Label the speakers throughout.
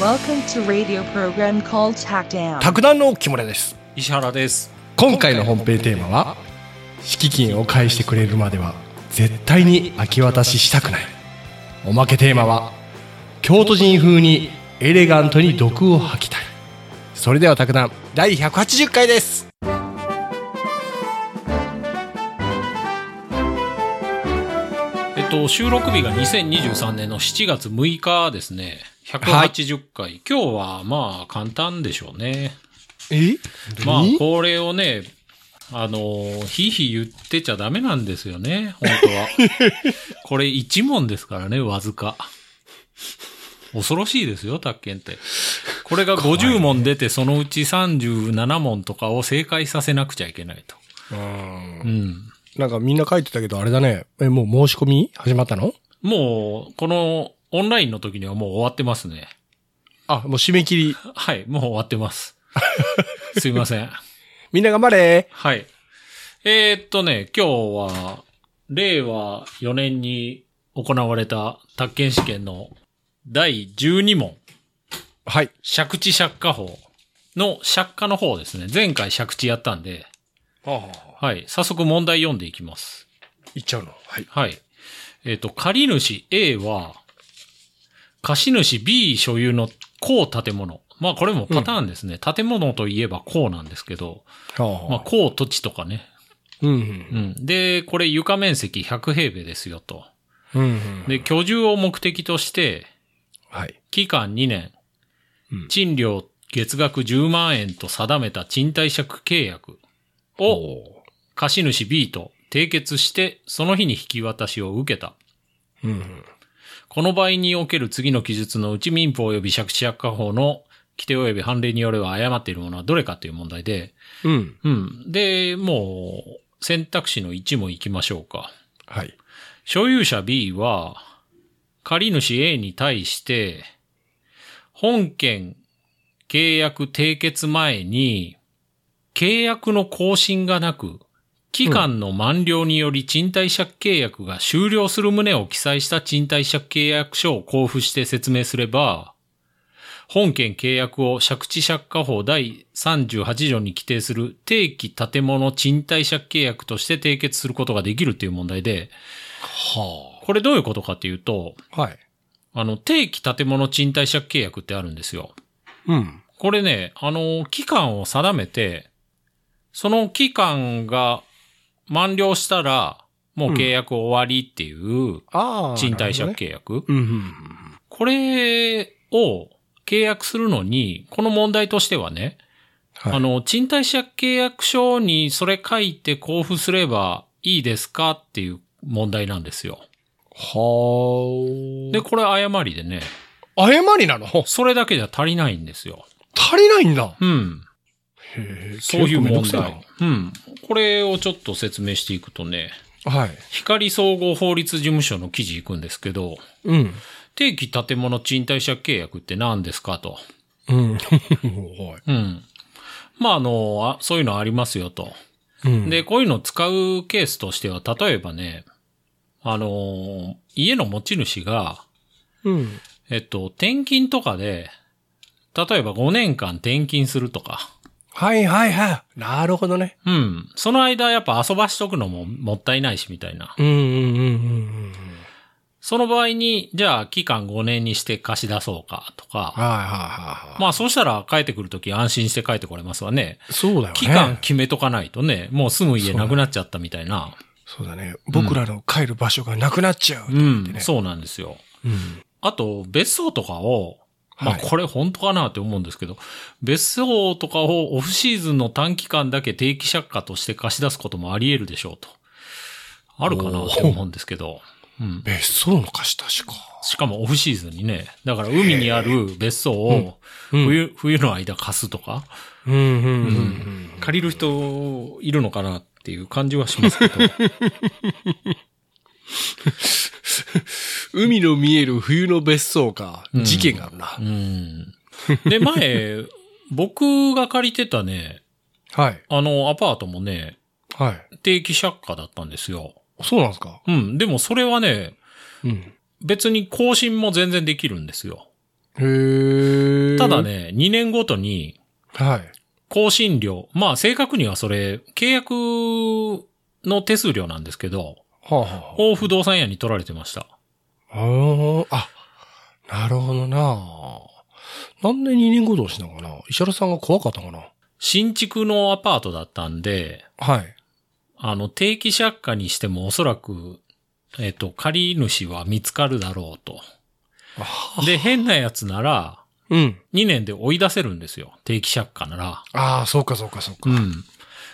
Speaker 1: Welcome to radio program called Hackdown.
Speaker 2: 卓談の木村です
Speaker 3: 石原です
Speaker 2: 今回の本編テーマは敷金を返してくれるまでは絶対に明け渡ししたくないおまけテーマは京都人風にエレガントに毒を吐きたいそれでは卓談第180回です
Speaker 3: えっと収録日が2023年の7月6日ですね180回、今日はまあ簡単でしょうね
Speaker 2: え
Speaker 3: まあこれをねあのーひいひい言ってちゃダメなんですよね 本 当はこれ一問ですからねわずか恐ろしいですよ宅建ってこれが50問出てそのうち37問とかを正解させなくちゃいけないとうん
Speaker 2: なんかみんな書いてたけどあれだねえもう申し込み始まったの
Speaker 3: もう、このオンラインの時にはもう終わってますね。
Speaker 2: あもう締め切り
Speaker 3: はい、もう終わってます。すいません。
Speaker 2: みんな頑張れ
Speaker 3: はい。えーっとね、今日は、令和4年に行われた宅建試験の第12問、
Speaker 2: はい
Speaker 3: 借地借家法の借家の方ですね。前回借地やったんで、はい、早速問題読んでいきます。
Speaker 2: いっちゃうのはい
Speaker 3: はい。えっ、と、借主 A は、貸主 B 所有の公建物。まあこれもパターンですね。建物といえば公なんですけど、まあ
Speaker 2: はあ
Speaker 3: 公土地とかね。
Speaker 2: うん
Speaker 3: うん。で、これ床面積100平米ですよと。
Speaker 2: うんうん
Speaker 3: で、居住を目的として、
Speaker 2: はい
Speaker 3: 期間2年
Speaker 2: うん、
Speaker 3: 賃料月額10万円と定めた賃貸借契約を貸主 B と締結して、その日に引き渡しを受けた。
Speaker 2: うんうん
Speaker 3: この場合における次の記述のうち民法及び借地借家法の規定及び判例によれば誤っているものはどれかという問題で、
Speaker 2: うん
Speaker 3: うん。で、もう、選択肢の1も行きましょうか。
Speaker 2: はい
Speaker 3: 所有者 B は、借主 A に対して、本件契約締結前に、契約の更新がなく、期間の満了により賃貸借契約が終了する旨を記載した賃貸借契約書を交付して説明すれば、本件契約を借地借家法第38条に規定する定期建物賃貸借契約として締結することができるという問題で、
Speaker 2: は
Speaker 3: これどういうことかっていうと、
Speaker 2: あはい
Speaker 3: あの、定期建物賃貸借契約ってあるんですよ。
Speaker 2: うん
Speaker 3: これね、あの、期間を定めて、その期間が満了したら、もう契約終わりっていう
Speaker 2: ああ。
Speaker 3: 賃貸
Speaker 2: なる
Speaker 3: 借契約。
Speaker 2: ほどね。うんうん
Speaker 3: これを契約するのに、この問題としてはね、
Speaker 2: はい
Speaker 3: あの、賃貸借契約書にそれ書いて交付すればいいですかっていう問題なんですよ。
Speaker 2: うん。
Speaker 3: で、これ誤りでね、
Speaker 2: はあ。で、誤りなの足
Speaker 3: それだけじゃ足りないんですよ。
Speaker 2: りないんだ。
Speaker 3: うん。
Speaker 2: へえ
Speaker 3: そういう問
Speaker 2: 結構めんどく
Speaker 3: 題。うん。これをちょっと説明していくとね、
Speaker 2: さいなはい。
Speaker 3: 光総合法律事務所の記事行くんですけど、
Speaker 2: うん。
Speaker 3: 定期建物賃貸借契約って何ですかと。
Speaker 2: うん。はい。
Speaker 3: うん。まあ、あの、あそういうのありますよと。
Speaker 2: うん、
Speaker 3: で、こういうのを使うケースとしては、例えばね、あの、家の持ち主が、
Speaker 2: うん。
Speaker 3: えっと、転勤とかで、例えば5年間転勤するとか、
Speaker 2: はいはいはい。なるほどね。
Speaker 3: うん。その間やっぱ遊ばしとくのももったいないしみたいな。
Speaker 2: うんうんうんうん。
Speaker 3: その場合に、じゃあ期間5年にして貸し出そうかとか。
Speaker 2: はいはいはい。ま
Speaker 3: まあそうしたら帰ってくるとき安心して帰ってこれますわね。
Speaker 2: あ、そうだよね。
Speaker 3: 期間決めとかないとね、もう住む家なくなっちゃったみたいな。
Speaker 2: そうだね。僕らの帰る場所がなくなっちゃう。
Speaker 3: う
Speaker 2: て
Speaker 3: ん
Speaker 2: ね、
Speaker 3: そうなんですよ。
Speaker 2: うん。
Speaker 3: あと、別荘とかを、まあ
Speaker 2: はい
Speaker 3: これ本当かなって思うんですけど、別荘とかをオフシーズンの短期間だけ定期借家として貸し出すこともあり得るでしょうと。あるかなって思うんですけど。うん。
Speaker 2: 別荘の貸し出しか。
Speaker 3: しかもオフシーズンにね。だから海にある別荘を
Speaker 2: うん
Speaker 3: 冬、冬の間貸すとか、
Speaker 2: うんうんうん
Speaker 3: 借りる人いるのかなっていう感じはします けど。
Speaker 2: 海の見える冬の別荘か。
Speaker 3: うん
Speaker 2: 事件があるな。
Speaker 3: うん。で、前、僕が借りてたね、
Speaker 2: はい。
Speaker 3: あのアパートもね、
Speaker 2: はい。
Speaker 3: 定期借家だったんですよ。
Speaker 2: そうなんですか
Speaker 3: うん。でもそれはね、
Speaker 2: うん。
Speaker 3: 別に更新も全然できるんですよ。
Speaker 2: へえ。
Speaker 3: ただ。ね、2年ごとに
Speaker 2: はい。
Speaker 3: 更新料、まあ正確にはそれ、契約の手数料なんですけど、
Speaker 2: はあ、は
Speaker 3: を不動産屋に取られてました。
Speaker 2: あ、うんあ、なるほどな。なんで2年ごとにしたのかな石原さんが怖かったのかな
Speaker 3: 新築のアパートだったんで、
Speaker 2: はい。
Speaker 3: あの、定期借家にしてもおそらく、えっ、と、借り主は見つかるだろうと。
Speaker 2: あ
Speaker 3: で、変なやつなら、
Speaker 2: うん。
Speaker 3: 2年で追い出せるんですよ。定期借家なら。
Speaker 2: ああ、そうかそうかそうか。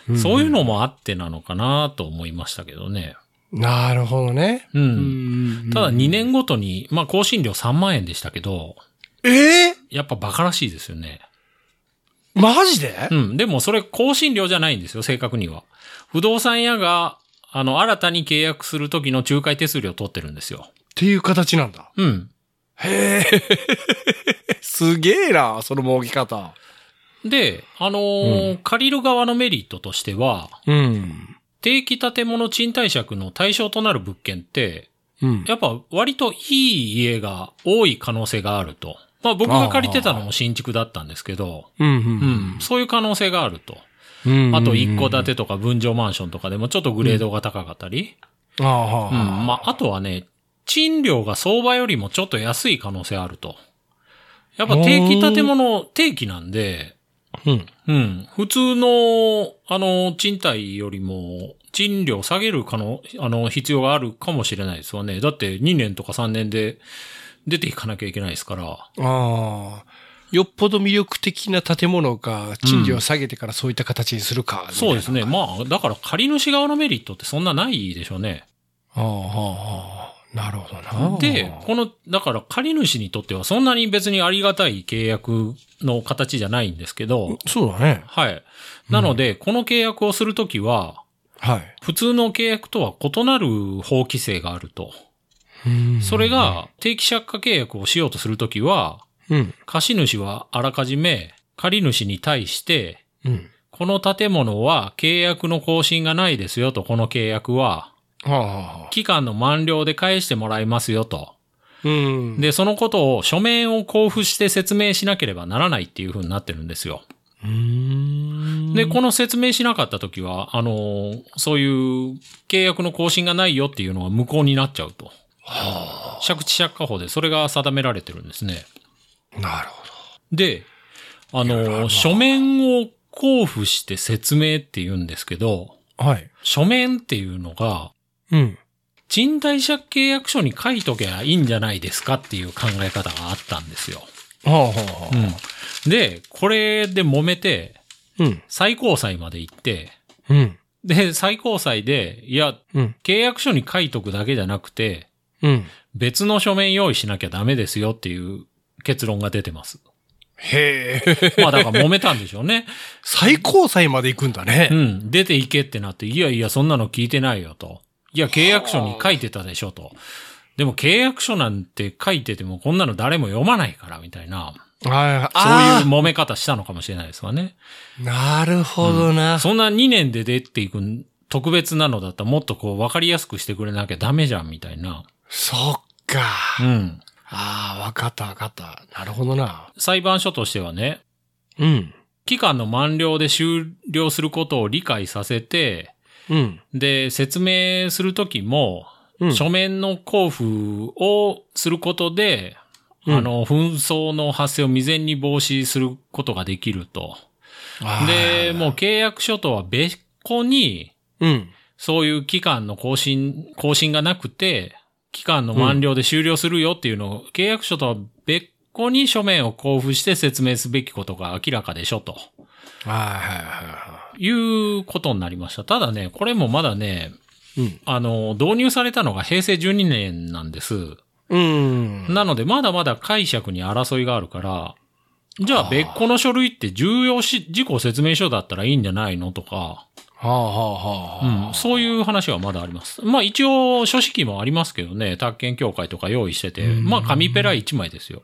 Speaker 3: うん。そういうのもあってなのかなと思いましたけどね。
Speaker 2: なるほどね。
Speaker 3: う。
Speaker 2: うんん
Speaker 3: ただ2。年ごとに、まあ、更新料3万円でしたけど、
Speaker 2: ええ
Speaker 3: やっぱバカらしいですよね。
Speaker 2: マジで
Speaker 3: うん。でもそれ更新料じゃないんですよ、正確には。不動産屋が、あの、新たに契約するときの仲介手数料取ってるんですよ。
Speaker 2: っていう形なんだ。
Speaker 3: うん。
Speaker 2: へえ。 すげえな、その儲け方。
Speaker 3: で、あのー借りる側のメリットとしては、
Speaker 2: うん。
Speaker 3: 定期建物賃貸借の対象となる物件って、
Speaker 2: うん。
Speaker 3: やっぱ割といい家が多い可能性があると。まあ僕が借りてたのも新築だったんですけど、
Speaker 2: うん。
Speaker 3: うん、そういう可能性があると。
Speaker 2: うん
Speaker 3: あと一戸建
Speaker 2: て。
Speaker 3: てとか分譲マンションとかでもちょっとグレードが高かったり、
Speaker 2: ああ、は
Speaker 3: うん、まあ、あとはね、賃料が相場よりもちょっと安い可能性あると。やっぱ定期建物、定期なんで、
Speaker 2: うん。
Speaker 3: うん、普通の、あの、賃貸よりも、賃料下げる可能、あの、必要があるかもしれないですわね。だって2年とか3年で出ていかなきゃいけないですから。
Speaker 2: ああ。よっぽど魅力的な建物か、賃料を下げてからそういった形にするか。
Speaker 3: そうですね。
Speaker 2: みたいな
Speaker 3: まあ、だから借り主側のメリットってそんなないでしょうね。
Speaker 2: ああ、ああ、なるほどな。
Speaker 3: で、この、だから借り主にとってはそんなに別にありがたい契約の形じゃないんですけど、
Speaker 2: そうだね。
Speaker 3: はい。なので、この契約をするときは、
Speaker 2: はい。
Speaker 3: 普通の契約とは異なる法規制があると。
Speaker 2: うん
Speaker 3: それ、が、定期借家契約をしようとするときは、
Speaker 2: うん。
Speaker 3: 貸主はあらかじめ借り主に対して、
Speaker 2: うん。
Speaker 3: この建物は契約の更新がないですよと、この契約は、
Speaker 2: ああ。
Speaker 3: 期間の満了で返してもらいますよと。
Speaker 2: うん。、
Speaker 3: で、そのことを書面を交付して説明しなければならないっていう風になってるんですよ。
Speaker 2: うん。
Speaker 3: で、この説明しなかった時は、あのーそういう契約の更新がないよっていうのが無効になっちゃうと。借地借家法でそれが定められてるんですね。
Speaker 2: なるほど。
Speaker 3: で、あ
Speaker 2: いろいろある
Speaker 3: のー
Speaker 2: な
Speaker 3: 書面を交付して説明って言うんですけど、
Speaker 2: はい。
Speaker 3: 書面っていうのが、
Speaker 2: うん。
Speaker 3: 賃貸借契約書に書いとけばいいんじゃないですかっていう考え方があったんですよ。
Speaker 2: はあはあはあ。
Speaker 3: うん。で、これで揉めて、
Speaker 2: うん。
Speaker 3: 最高裁まで行って、
Speaker 2: うん。
Speaker 3: で、最高裁で、いや、
Speaker 2: うん。
Speaker 3: 契約書に書いとくだけじゃなくて、
Speaker 2: うん。
Speaker 3: 別の書面用意しなきゃダメですよっていう結論が出てます。
Speaker 2: へえ。
Speaker 3: まあだから揉めたんでしょうね。
Speaker 2: 最高裁まで行くんだ
Speaker 3: う
Speaker 2: ね。
Speaker 3: ん。出ていけってなって、いやいや、そんなの聞いてないよと。いや、契約書に書いてたでしょと。でも契約書なんて書いててもこんなの誰も読まないからみたいな、
Speaker 2: はいはい。
Speaker 3: そう
Speaker 2: あ
Speaker 3: いう揉め方したのかもしれないですわね。
Speaker 2: ーなるほどな。
Speaker 3: そんな2年で出ていく特別なのだったらもっとこう分かりやすくしてくれなきゃダメじゃんみたいな。
Speaker 2: そっ
Speaker 3: う
Speaker 2: か。
Speaker 3: ん。
Speaker 2: ああ、わかったわかった。なるほどな。
Speaker 3: 裁判所としてはね、
Speaker 2: うん。
Speaker 3: 期間の満了で終了することを理解させて、
Speaker 2: うん。
Speaker 3: で、説明するときも、
Speaker 2: うん
Speaker 3: 書面の交付をすることで、
Speaker 2: うん
Speaker 3: あの、紛争の発生を未然に防止することができると。で、もう、契約書とは別個に、
Speaker 2: うん。
Speaker 3: そういう期間の更新、更新がなくて、期間の満了で終了するよっていうのを、契約書とは別個に書面を交付して説明すべきことが明らかでしょと。
Speaker 2: はいはいは
Speaker 3: いうことになりました。ただね、これもまだね、
Speaker 2: いはい。
Speaker 3: あの、導入されたのが平成12年なんです。
Speaker 2: うん。うん。
Speaker 3: なので、まだまだ解釈に争いがあるから、じゃあ別個の書類って重要し、事項説明書だったらいいんじゃないのとか、
Speaker 2: はあはあはあはあ。
Speaker 3: うんそういう話はまだあります。まあ一応書式もありますけどね、宅建協会とか用意してて、
Speaker 2: うん
Speaker 3: まあ紙ペラ1枚ですよ。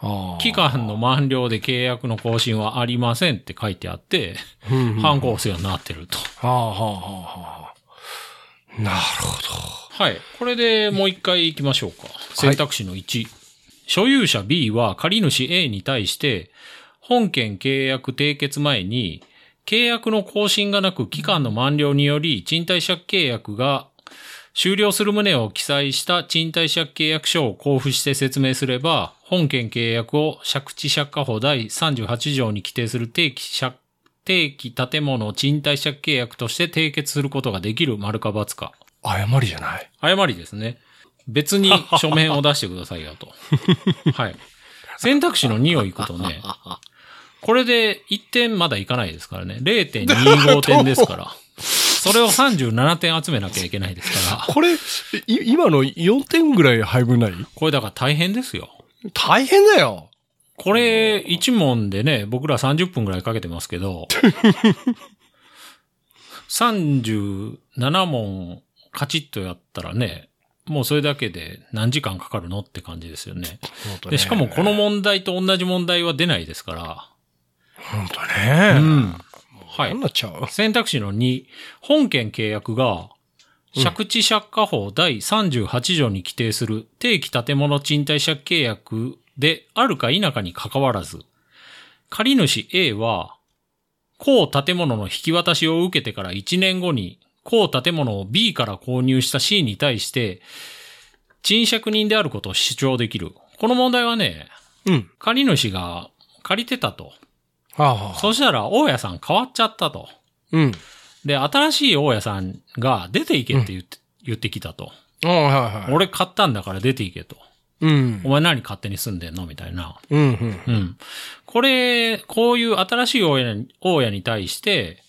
Speaker 2: あー
Speaker 3: 期。間の満了で契約の更新はありませんって書いてあって、
Speaker 2: うん。は
Speaker 3: 反抗性になってると。
Speaker 2: あはあはあはあ。なるほど。
Speaker 3: はい。これでもう一回行きましょうか。選択肢の1。所有者 B は借主 A に対して、本件契約締結前に、契約の更新がなく期間の満了により、賃貸借契約が終了する旨を記載した賃貸借契約書を交付して説明すれば、本件契約を借地借家法第38条に規定する定期借、定期建物賃貸借契約として締結することができる丸か×か。
Speaker 2: 誤りじゃない。
Speaker 3: 誤りですね。別に書面を出してくださいよと。はい。選択肢の2を行くとね、これで1点まだいかないですからね。0.25点ですから。それを37点集めなきゃいけないですから。
Speaker 2: これ、い今の4点ぐらい配分ない
Speaker 3: これだから大変ですよ。
Speaker 2: 大変だよ。
Speaker 3: これ1問でね、僕ら30分ぐらいかけてますけど、37問カチッとやったらね、もうそれだけで何時間かかるのって感じですよね。で、しかもこの問題と同じ問題は出ないですか
Speaker 2: 本当
Speaker 3: ら。
Speaker 2: ね。
Speaker 3: ん。は
Speaker 2: こ
Speaker 3: い
Speaker 2: ん。なっちゃう
Speaker 3: 選択肢の2、本件契約が、借地借家法第38条に規定する定期建物賃貸借契約であるか否かに関わらず、借主 A は、高建物の引き渡しを受けてから1年後に、高建物を B から購入した C に対して、賃借人であることを主張できる。この問題はね、
Speaker 2: うん。
Speaker 3: 借主が借りてたと。
Speaker 2: はあ、はあ、
Speaker 3: そしたら、大家さん変わっちゃったと。
Speaker 2: うん。
Speaker 3: で、新しい大家さんが出ていけって言って、言ってきたと。
Speaker 2: ああ、はいはい。
Speaker 3: 俺買ったんだから出ていけと。
Speaker 2: うん
Speaker 3: お。前何勝手に住んでんのみたいな。
Speaker 2: うん、うん。
Speaker 3: うん。これ、こういう新しい大家に大家に対して、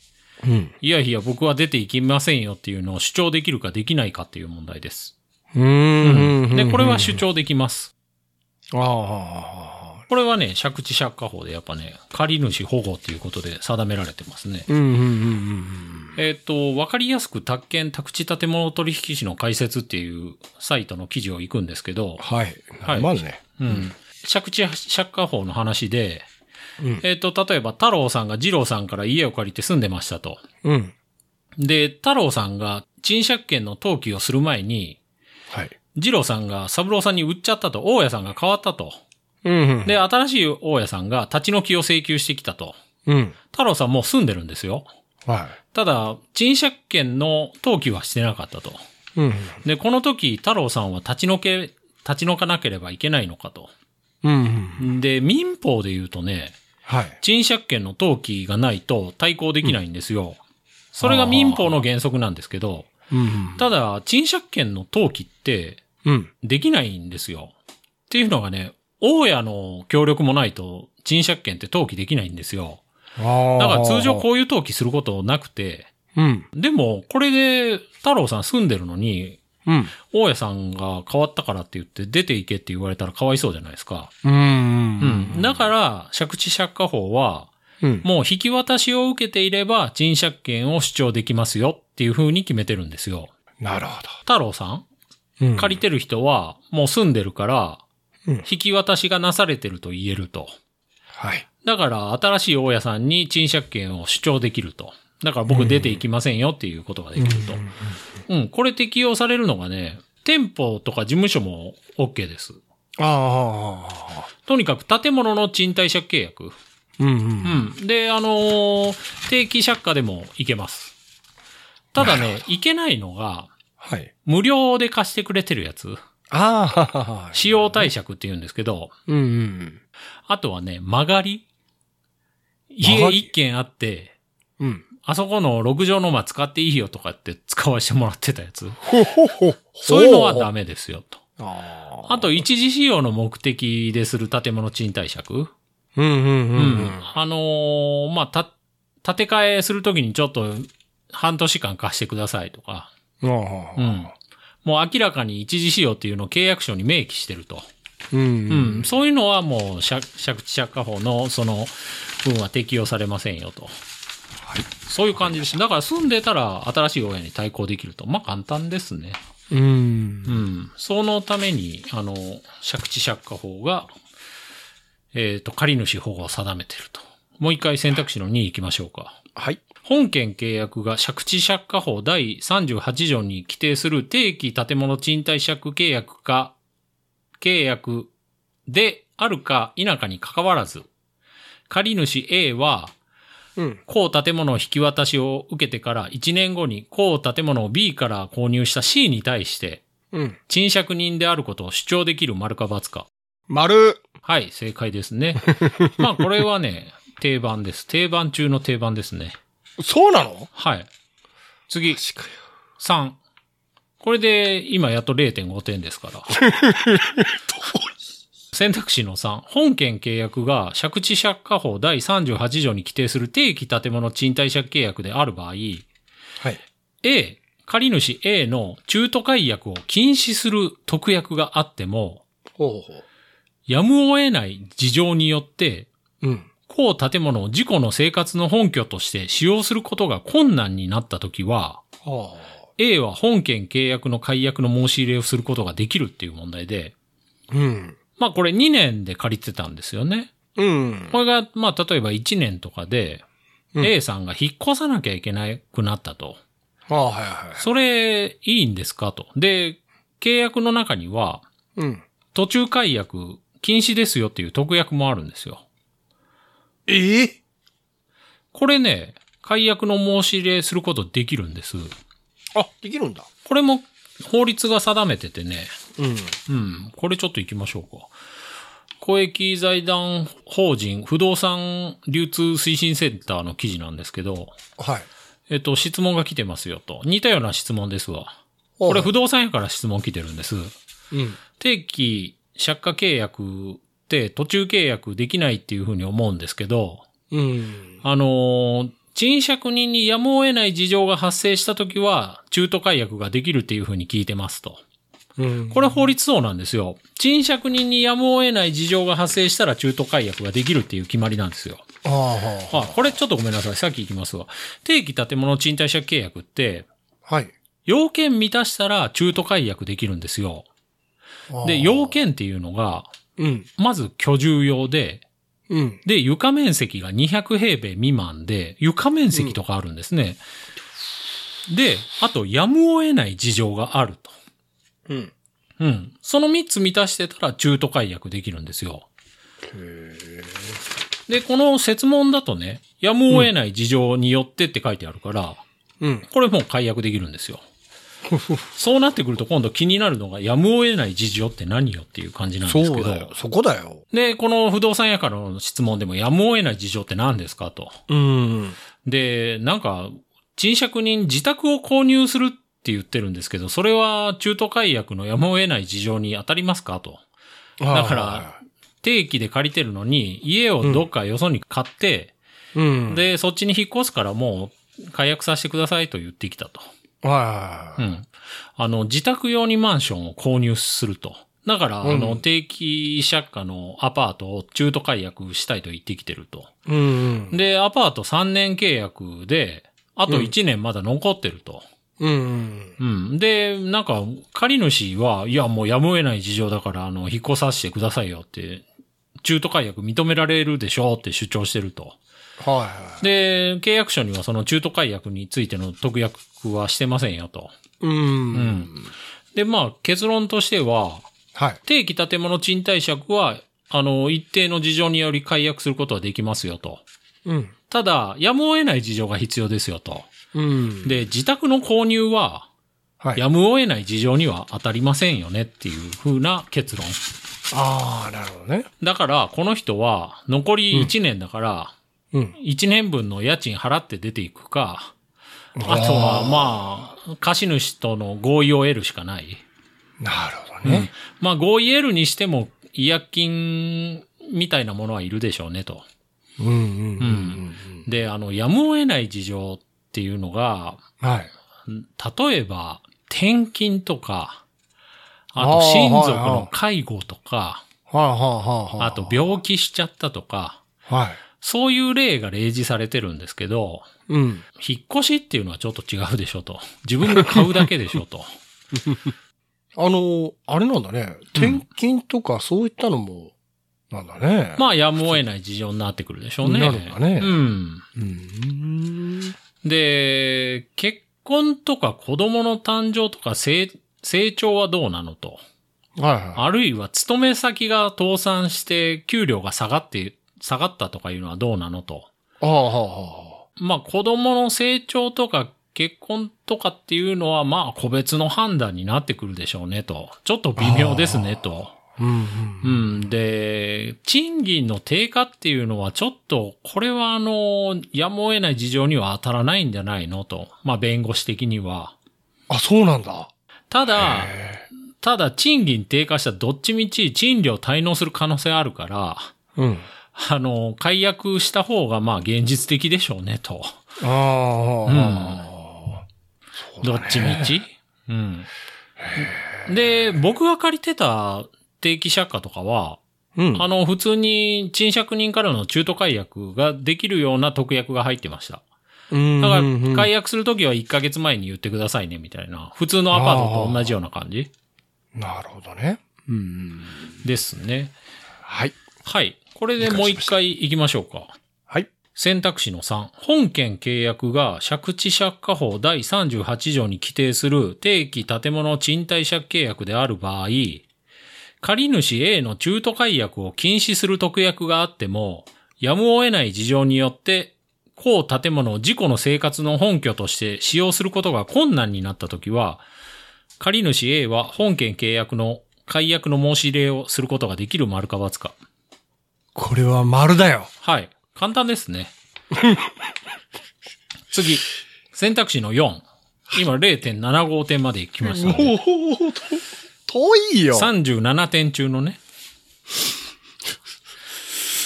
Speaker 2: うん。
Speaker 3: いやいや僕は出ていきませんよっていうのを主張できるかできないかっていう問題です。
Speaker 2: うん。
Speaker 3: で、これは
Speaker 2: 主
Speaker 3: 主張できます。
Speaker 2: ああ、はあ。
Speaker 3: これはね、借地借家法でやっぱね、借り主保護っていうことで定められてますね。
Speaker 2: うん、うん、うん。
Speaker 3: えっ、と、わかりやすく宅建宅地建物取引士の解説っていうサイトの記事を行くんですけど、
Speaker 2: はい。
Speaker 3: はい
Speaker 2: まずね。
Speaker 3: うん。借地借家法の話で、
Speaker 2: うん
Speaker 3: えっ、と、例えば太郎さんが二郎さんから家を借りて住んでましたと。
Speaker 2: うん。
Speaker 3: で、太郎さんが賃借権の登記をする前に、
Speaker 2: はい。
Speaker 3: 二郎さんが三郎さんに売っちゃったと、大家さんが変わったと。
Speaker 2: うん、うん。
Speaker 3: で、、新しい大家さんが立ち退きを請求してきたと。
Speaker 2: うん。
Speaker 3: 太郎さんもう住んでるんですよ。
Speaker 2: は
Speaker 3: ただ、賃借権の登記はしてなかったと。
Speaker 2: い。うん。
Speaker 3: で、この時、太郎さんは立ち退け、立ち退かなければいけないのかと。
Speaker 2: うん。
Speaker 3: で、民法で言うとね、
Speaker 2: はい。
Speaker 3: 賃借権の登記がないと対抗できないんですよ。それが民法の原則なんですけど、
Speaker 2: うん。
Speaker 3: ただ、賃借権の登記って
Speaker 2: うん。
Speaker 3: できないんですよ。っていうのがね、大家の協力もないと賃借権って登記できないんですよ。
Speaker 2: ああ。
Speaker 3: だから通常こういう登記することなくて、
Speaker 2: う。うん。
Speaker 3: でも、これで太郎さん住んでるのに、
Speaker 2: うん。
Speaker 3: 大家さんが変わったからって言って出ていけって言われたらかわいそうじゃないですか。
Speaker 2: うん。
Speaker 3: うん。だから、借地借家法は、
Speaker 2: ら、うん。
Speaker 3: もう引き渡しを受けていれば、賃借権を主張できますよっていう風に決めてるんですよ。
Speaker 2: なるほ
Speaker 3: 太郎さん
Speaker 2: ど。
Speaker 3: 借りてる人は、もう住んでるから、
Speaker 2: うん
Speaker 3: 引き渡しがなされてると言えると。
Speaker 2: はい。
Speaker 3: だから、新しい大家さんに賃借権を主張できると。だから僕出ていきませんよっていうことができると。うん、これ適用されるのがね、店舗とか事務所も OK です。
Speaker 2: ああ。
Speaker 3: とにかく建物の賃貸借契約。
Speaker 2: うん。
Speaker 3: うん。で、あのー定期借家でも行けます。ただね、行けないのが、
Speaker 2: はい。
Speaker 3: 無料で貸してくれてるやつ。
Speaker 2: ああ、は
Speaker 3: 使用貸借って言うんですけど、
Speaker 2: うんうん。
Speaker 3: あとはね、曲がり
Speaker 2: 曲
Speaker 3: 家
Speaker 2: がり
Speaker 3: 一軒あって、
Speaker 2: うん。
Speaker 3: あそこの6畳の間使っていいよとかって使わせてもらってたやつ。
Speaker 2: ほほほ。
Speaker 3: そういうのはダメですよと。
Speaker 2: あ
Speaker 3: あと、、一時使用の目的でする建物賃貸借。
Speaker 2: うんうんうん。
Speaker 3: あのーまあ、た、建て替えするときにちょっと半年間貸してくださいとか。
Speaker 2: うん。
Speaker 3: うん。もう明らかに一時使用っていうのを契約書に明記してると。
Speaker 2: うん。
Speaker 3: うん。そういうのはもう借、借地借家法のその分は適用されませんよと。そういう感じです。だから住んでたら新しい親に対抗できると。まあ、簡単ですね。
Speaker 2: うん
Speaker 3: う。ん。そのために、あの、借地借家法が、えっ、と、借主保護を定めてると。もう一回選択肢の2行きましょうか。
Speaker 2: はい。
Speaker 3: 本件契約が借地借家法第38条に規定する定期建物賃貸借契約か、契約であるか否かに関わらず、借主 A は、
Speaker 2: うん。
Speaker 3: 高建物引き渡しを受けてから1年後に高建物を B から購入した C に対して、
Speaker 2: うん。
Speaker 3: 賃借人であることを主張できる丸か×か。
Speaker 2: 丸。
Speaker 3: はい、正解ですね。まあこれはね、定番です。定番中の定番ですね。
Speaker 2: そうなの
Speaker 3: はい。次、
Speaker 2: 確か
Speaker 3: 3。これで今やっと0.5点ですから。選択肢の3。本件契約が借地借家法第38条に規定する定期建物賃貸借契約である場合、
Speaker 2: はい。
Speaker 3: A、借主 A の中途解約を禁止する特約があっても、
Speaker 2: ほうほうほ
Speaker 3: やむを得ない事情によって、
Speaker 2: う。うん。
Speaker 3: こう建物を自己の生活の本拠として使用することが困難になったときは、
Speaker 2: は
Speaker 3: A は本件契約の解約の申し入れをすることができるっていう問題で、
Speaker 2: あ。うん。
Speaker 3: まあこれ2年で借りてたんですよね。
Speaker 2: うん。
Speaker 3: これが、まあ例えば1年とかで、
Speaker 2: うん
Speaker 3: A さんが引っ越さなきゃいけなくなったと。
Speaker 2: ああ、はいはい。
Speaker 3: それ、いいんですかと。で、契約の中には、
Speaker 2: うん。
Speaker 3: 途中解約禁止ですよっていう特約もあるんですよ。
Speaker 2: ええ
Speaker 3: これね、解約の申し入れすることできるんです。
Speaker 2: あ、できるんだ。
Speaker 3: これも法律が定めててね、
Speaker 2: うん。
Speaker 3: うん、これちょっと行きましょうか。公益財団法人不動産流通推進センターの記事なんですけど、
Speaker 2: はい。
Speaker 3: えっと、質問が来てますよと。似たような質問ですわ。こ
Speaker 2: こ
Speaker 3: れ不動産やから質問来てるんです。
Speaker 2: うん。
Speaker 3: 定期借家契約って途中契約できないっていうふうに思うんですけど、
Speaker 2: うん。
Speaker 3: あのー賃借人にやむを得ない事情が発生したときは、中途解約ができるっていうふうに聞いてますと。
Speaker 2: うん。
Speaker 3: これ法律そうなんですよ。賃借人にやむを得ない事情が発生したら中途解約ができるっていう決まりなんですよ。
Speaker 2: ああ、は
Speaker 3: あ、これちょっとごめんなさい。さっき行きますわ。定期建物賃貸借契約って、
Speaker 2: あ。はい。
Speaker 3: 要件満たしたら中途解約できるんですよ。
Speaker 2: ああ
Speaker 3: で、要。件っていうのが、
Speaker 2: うん。
Speaker 3: まず居住用で、
Speaker 2: うん。
Speaker 3: で、床面積が200平米未満で、床面積とかあるんですね。で、あと、やむを得ない事情があると。
Speaker 2: うん。
Speaker 3: うん。その3つ満たしてたら中途解約できるんですよ。で、この説問だとね、やむを得ない事情によってって書いてあるから、
Speaker 2: うん。
Speaker 3: これもう解約できるんで すよ。そうなってくると今度気になるのが、やむを得ない事情って何よっていう感じなんです
Speaker 2: そ
Speaker 3: け
Speaker 2: う
Speaker 3: ど
Speaker 2: だ。よ。そこだよ。
Speaker 3: で、この不動産屋からの質問でも、やむを得ない事情って何ですかと。
Speaker 2: うん。
Speaker 3: で、なんか、賃借人自宅を購入するって言ってるんですけど、それは中途解約のやむを得ない事情に当たりますかと。だから、定期で借りてるのに、家をどっかよそに買って、
Speaker 2: うん。、
Speaker 3: で、そっちに引っ越すからもう解約させてくださいと言ってきたと。
Speaker 2: は
Speaker 3: う
Speaker 2: い。
Speaker 3: ん。あの、自宅用にマンションを購入すると。だから、
Speaker 2: うん
Speaker 3: あの、定期借家のアパートを中途解約したいと言ってきてると。
Speaker 2: うん。
Speaker 3: で、アパート3年契約で、あと1年まだ残ってると。
Speaker 2: うん。
Speaker 3: うん。で、なんか、借り主は、いや、もうやむを得ない事情だから、あの、引っ越させてくださいよって、中途解約認められるでしょうって主張してると。
Speaker 2: はい。
Speaker 3: で、契約書にはその中途解約についての特約はしてませんよと。
Speaker 2: う。
Speaker 3: うんん。で、まあ、結論としては、
Speaker 2: はい。
Speaker 3: 定期建物賃貸借は、あの、一定の事情により解約することはできますよと。
Speaker 2: うん。
Speaker 3: ただ、やむを得ない事情が必要ですよと。
Speaker 2: うん。、
Speaker 3: で、自宅の購入は、
Speaker 2: はい。
Speaker 3: やむを得ない事情には当たりませんよねっていう風な結論。
Speaker 2: ああ、なるほどね。
Speaker 3: だから、この人は、残り1年だから、
Speaker 2: うん。
Speaker 3: 1年分の家賃払って出ていくか、あとは、まあ、貸主との合意を得るしかない。
Speaker 2: なるほどね。
Speaker 3: まあ、合意得るにしても、違約金みたいなものはいるでしょうねと。
Speaker 2: うんうんうん。
Speaker 3: で、あの、やむを得ない事情っていうのが、
Speaker 2: はい。
Speaker 3: 例えば、転勤とか、あ
Speaker 2: あ
Speaker 3: と
Speaker 2: ー
Speaker 3: 親族
Speaker 2: はいはい
Speaker 3: の介護とか、
Speaker 2: はあはあはあは
Speaker 3: あと病気しちゃったとか、
Speaker 2: はい。
Speaker 3: そういう例が例示されてるんですけど、
Speaker 2: うん。
Speaker 3: 引っ越しっていうのはちょっと違うでしょと。自分が買うだけでし ょと。
Speaker 2: あの、あれなんだね。転勤とかそういったのも、なんだね。あ。
Speaker 3: まあ、やむを得ない事情になってくるでしょうね。
Speaker 2: なるんだね
Speaker 3: うん。
Speaker 2: うん。
Speaker 3: で、結婚とか子供の誕生とか成成長はどうなのと。
Speaker 2: はいは
Speaker 3: あるいは勤め先が倒産して給料が下がって、下がったとかいうのはどうなのと。
Speaker 2: い。ああ、はあ、は
Speaker 3: まあ子供の成長とか結婚とかっていうのはまあ個別の判断になってくるでしょうねと。ちょっと微妙ですねと。
Speaker 2: あ。うん、
Speaker 3: う
Speaker 2: うん。
Speaker 3: ん。で、賃金の低下っていうのはちょっと、これはあの、やむを得ない事情には当たらないんじゃないのと。まあ弁護士的には。
Speaker 2: あ、そうなんだ。
Speaker 3: ただ、
Speaker 2: へ
Speaker 3: ただ賃金低下したらどっちみち賃料滞納する可能性あるから、
Speaker 2: えうん。
Speaker 3: あの、解約した方がまあ現実的でしょうねと。
Speaker 2: ああ、
Speaker 3: うん
Speaker 2: ああ
Speaker 3: どっちみ。
Speaker 2: そうだね
Speaker 3: ちうん。で、僕が借りてた定期借家とかは、
Speaker 2: うん。
Speaker 3: あの、普通に賃借人からの中途解約ができるような特約が入ってました。
Speaker 2: うん、
Speaker 3: だか
Speaker 2: うんう
Speaker 3: ら、
Speaker 2: ん
Speaker 3: 解約するときは1ヶ月前に言ってくださいね、みたいな。普通のアパートと同じような感じ
Speaker 2: なるほどね。うんうん。
Speaker 3: ですね。
Speaker 2: はい。
Speaker 3: はい。これでもう一回行きましょうか。
Speaker 2: はい。
Speaker 3: 選択肢の3、本件契約が借地借家法第38条に規定する定期建物賃貸借契約である場合、借主 A の中途解約を禁止する特約があっても、やむを得ない事情によって、公建物を自己の生活の本拠として使用することが困難になったときは、借主 A は本件契約の解約の申し入れをすることができる丸か×か。
Speaker 2: これは丸だよ。
Speaker 3: はい。簡単ですね。次。選択肢の4。今0.75点まで行きました、ね。
Speaker 2: お、と遠いよ。
Speaker 3: 37点中のね。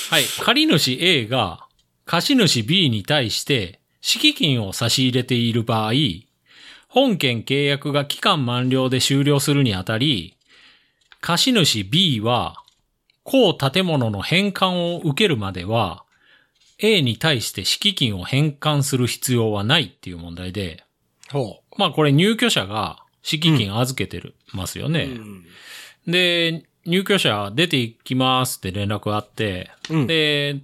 Speaker 3: はい。借主 A が貸主 B に対して敷金を差し入れている場合、本件契約が期間満了で終了するにあたり、貸主 B は、公建物の返還を受けるまでは、A に対して敷金を返還する必要はないっていう問題で、
Speaker 2: ほ
Speaker 3: まあこれ入居者が敷金預けてる、ますよね。
Speaker 2: う。うん
Speaker 3: で、入居者出ていきますって連絡があって、
Speaker 2: うん
Speaker 3: で、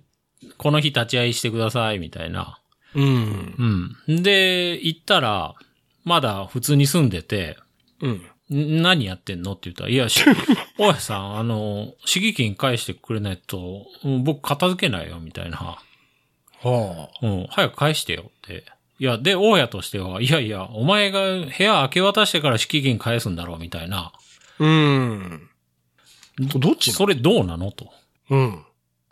Speaker 3: この日立ち会いしてくださいみたいな。
Speaker 2: うん。
Speaker 3: うん。で、行ったら、まだ普通に住んでて、
Speaker 2: うん。
Speaker 3: ん何やってんのって言ったら、いや、し大家さん、あの、市議金返してくれないと、うん僕片付けないよ、みたいな。
Speaker 2: ほ
Speaker 3: うん、早く返してよって。いや、で、大家としては、いやいや、お前が部屋明け渡してから敷金返すんだろう、みたいな。
Speaker 2: う。うん。どっち
Speaker 3: それどうなのと。
Speaker 2: うん。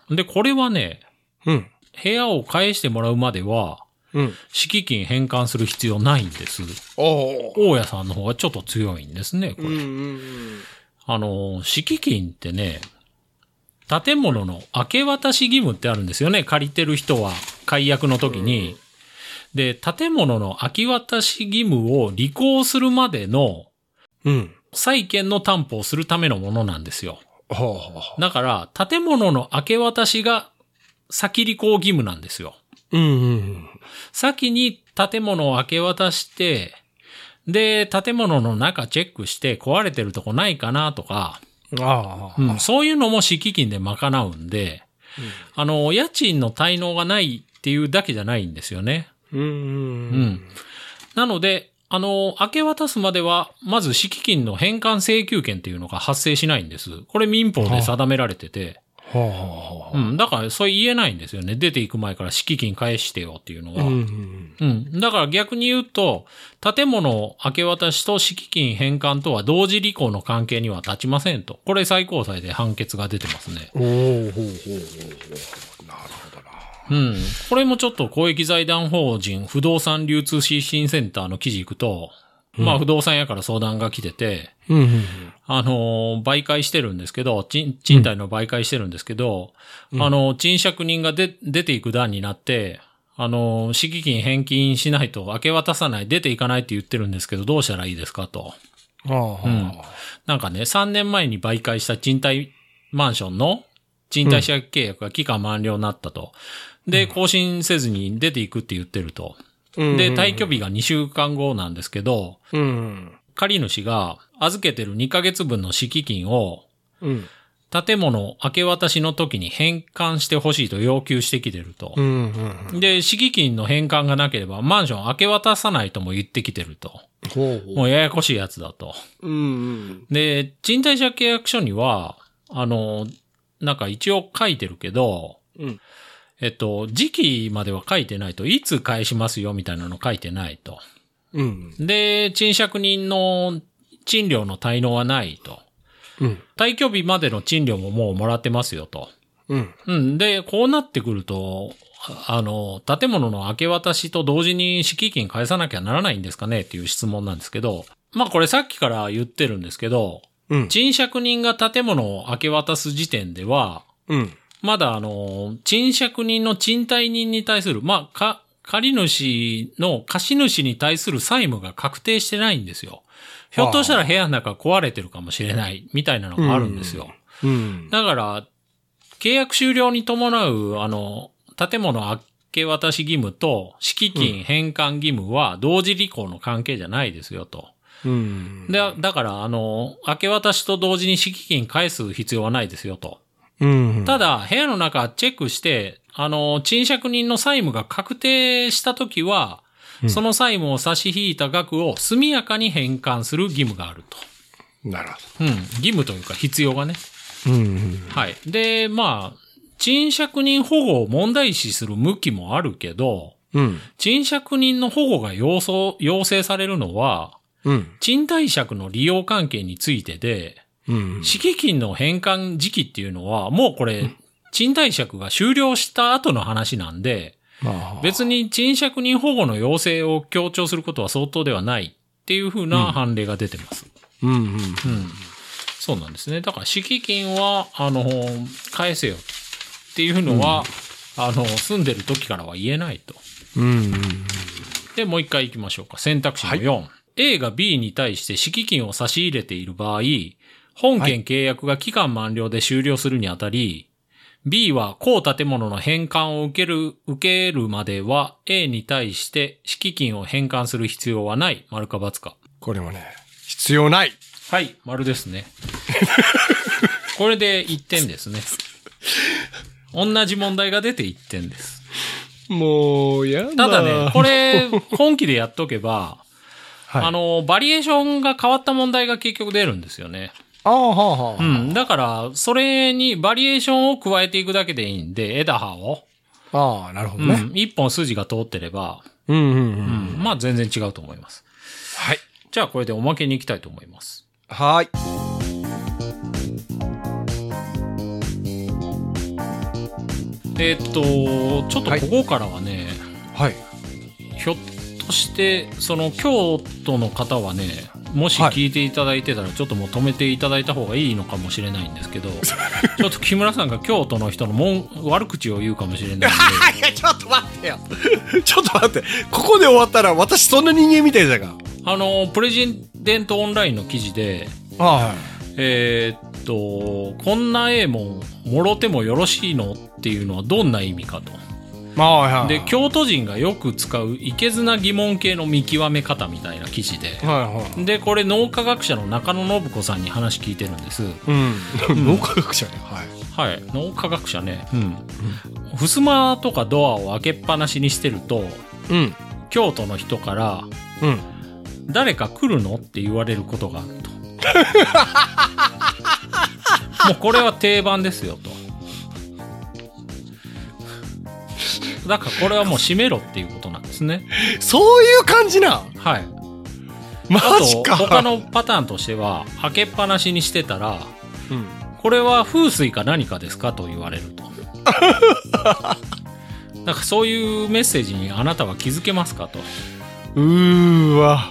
Speaker 3: で、これはね、
Speaker 2: うん。
Speaker 3: 部屋を返してもらうまでは、
Speaker 2: うん。
Speaker 3: 敷金返還する必要ないんです。
Speaker 2: おお。
Speaker 3: 大家さんの方がちょっと強いんですね、これ。
Speaker 2: ん。
Speaker 3: あの、敷金ってね、建物の明け渡し義務ってあるんですよね。借りてる人は解約の時に。で、建物の明け渡し義務を履行するまでの
Speaker 2: うん。
Speaker 3: 債権の担保をするためのものなんですよ。
Speaker 2: ほうほうほ
Speaker 3: だから、建物の明け渡しが先履行義務なんですよ。
Speaker 2: う。うんうん。
Speaker 3: 先に建物を明け渡して、で、建物の中チェックして壊れてるとこないかなとか、
Speaker 2: ああ。
Speaker 3: うんそういうのも敷金で賄うんで、あの、家賃の滞納がないっていうだけじゃないんですよね。
Speaker 2: うん。うん。
Speaker 3: なので、あの、明け渡すまでは、まず敷金の返還請求権っていうのが発生しないんです。これ民法で定められてて、
Speaker 2: ほうほう
Speaker 3: う
Speaker 2: ほ
Speaker 3: ん、だからそれ言えないんですよね。出ていく前から敷金返してよっていうの
Speaker 2: う。
Speaker 3: は。
Speaker 2: ん。
Speaker 3: うん。だから逆に言うと、建物明け渡しと敷金返還とは同時履行の関係には立ちませんと。これ最高裁で判決が出てますね。
Speaker 2: おおほうほうほうほう。なるほどな。
Speaker 3: うん。これもちょっと公益財団法人不動産流通推進センターの記事行くと、まあ不動産屋から相談が来てて、
Speaker 2: うんうん。
Speaker 3: あのー媒介してるんですけど、賃、賃貸の媒介してるんですけど、あのー賃借人がで、出ていく段になって、あのー敷金返金しないと、明け渡さない、出ていかないって言ってるんですけど、どうしたらいいですかと。
Speaker 2: あ
Speaker 3: なんかね、3年前に媒介した賃貸マンションの賃貸借契約が期間満了になったと。で、更新せずに出ていくって言ってると。
Speaker 2: あ。
Speaker 3: で、退去日が2週間後なんですけど、
Speaker 2: うん。
Speaker 3: 借主が預けてる2ヶ月分の敷金を、
Speaker 2: うん。
Speaker 3: 建物明け渡しの時に返還してほしいと要求してきてると
Speaker 2: う。ん。
Speaker 3: で、敷金の返還がなければマンション明け渡さないとも言ってきてると。
Speaker 2: うん。ほう
Speaker 3: もうややこしいやつだと。
Speaker 2: う。うん
Speaker 3: で、賃貸借契約書には、あの、なんか一応書いてるけど、
Speaker 2: うん。
Speaker 3: えっと、時期までは書いてないと、いつ返しますよみたいなの書いてないと。
Speaker 2: うん。
Speaker 3: で、賃借人の賃料の滞納はないと。
Speaker 2: うん。
Speaker 3: 退去日までの賃料ももうもらってますよと。
Speaker 2: うん。
Speaker 3: うん。で、こうなってくると、ああの、建物の明け渡しと同時に敷金返さなきゃならないんですかねっていう質問なんですけど、まあこれさっきから言ってるんですけど、
Speaker 2: うん。
Speaker 3: 賃借人が建物を明け渡す時点では、
Speaker 2: うん。
Speaker 3: まだあの、賃借人の賃貸人に対する、まあ、か、借り主の貸し主に対する債務が確定してないんですよ。ひょっとしたら部屋の中壊れてるかもしれない、みたいなのがあるんですよ。
Speaker 2: うん。
Speaker 3: だから、契約終了に伴う、あの、建物明け渡し義務と、敷金返還義務は同時履行の関係じゃないですよと。
Speaker 2: うん。
Speaker 3: で、だから、あの、明け渡しと同時に敷金返す必要はないですよと。
Speaker 2: うん。
Speaker 3: ただ、部屋の中チェックして、あの、賃借人の債務が確定したときは、
Speaker 2: うん
Speaker 3: その債務を差し引いた額を速やかに返還する義務があると。
Speaker 2: なるほ
Speaker 3: うん。義務というか必要がね。
Speaker 2: ど。うん。
Speaker 3: はい。で、まあ、賃借人保護を問題視する向きもあるけど、
Speaker 2: うん。
Speaker 3: 賃借人の保護が要請要請されるのは、
Speaker 2: うん。
Speaker 3: 賃貸借の利用関係についてで、
Speaker 2: うん。
Speaker 3: 敷金の返還時期っていうのは、もうこれ、賃貸借が終了した後の話なんで、
Speaker 2: まあ
Speaker 3: 別に賃借人保護の要請を強調することは相当ではないっていうふうな判例が出てます。
Speaker 2: うんうん。
Speaker 3: うん。そうなんですね。だから、敷金は、あの、返せよっていうのは、あの、住んでる時からは言えないと。
Speaker 2: うん。
Speaker 3: で、もう一回行きましょうか。選択肢の
Speaker 2: はい
Speaker 3: 4。A が B に対して敷金を差し入れている場合、本
Speaker 2: は
Speaker 3: 件
Speaker 2: い
Speaker 3: 契約が期間満了で終了するにあたり、B は高建物の返還を受ける、受けるまでは A に対して敷金を返還する必要はない。丸か×か。
Speaker 2: これもね、必要ない。
Speaker 3: はい、丸です ね。これで1点ですね。同じ問題が出て1点です。
Speaker 2: もう、やだ。
Speaker 3: ただね、これ、本気でやっとけば、
Speaker 2: はい、
Speaker 3: あ、の、バリエーションが変わった問題が結局出るんですよね。
Speaker 2: ああ、はあ、はあ。
Speaker 3: うん。だから、それにバリエーションを加えていくだけでいいんで、枝葉を。
Speaker 2: ああ、なるほ
Speaker 3: う
Speaker 2: ど
Speaker 3: ん。
Speaker 2: ね。
Speaker 3: 一本筋が通ってれば、
Speaker 2: うん、うん、う。
Speaker 3: うんん。まあ、全然違うと思います。
Speaker 2: はい。
Speaker 3: じゃあ、これでおまけに行きたいと思います。
Speaker 2: はーい。
Speaker 3: えーっと、ちょっと
Speaker 2: はい
Speaker 3: ここからはね、
Speaker 2: はい。
Speaker 3: ひょっとして、その、京都の方はね、もし
Speaker 2: はい
Speaker 3: 聞いていただいてたら、ちょっともう止めていただいた方がいいのかもしれないんですけど、ちょっと木村さんが京都の人のもん 悪口を言うかもしれないんで、
Speaker 2: いや、ちょっと待ってよ。 ちょっと待って。ここで終わったら、私そんな人間みたいだが。
Speaker 3: あの、プレジデントオンラインの記事で、
Speaker 2: は
Speaker 3: えーっと、こんな絵ももろてもよろしいのっていうのはどんな意味かと。
Speaker 2: い。まあ、はい。
Speaker 3: で、京都人がよく使ういけずな疑問系の見極め方みたいな記事で。
Speaker 2: 日。はい、はい。
Speaker 3: で、これ脳科学者の中野信子さんに話聞いてるんです。
Speaker 2: うん。脳科学者ね。はい。
Speaker 3: はい。脳科学者ね。うん。襖とかドアを開けっぱなしにしてると、
Speaker 2: うん。
Speaker 3: 京都の人から、
Speaker 2: うん。
Speaker 3: 誰か来るのって言われることがあ ると。もうこれは定番ですよと。だからこれはもう閉めろっていうことなんですね。
Speaker 2: そういう感じな。
Speaker 3: はい。
Speaker 2: マ
Speaker 3: あ
Speaker 2: ジ
Speaker 3: と、
Speaker 2: か。
Speaker 3: 他のパターンとしては、開けっぱなしにしてたら、
Speaker 2: うん。
Speaker 3: これは風水か何かですかと言われると。 なんかそういうメッセージにあなたは気づけますかと。
Speaker 2: うーわ。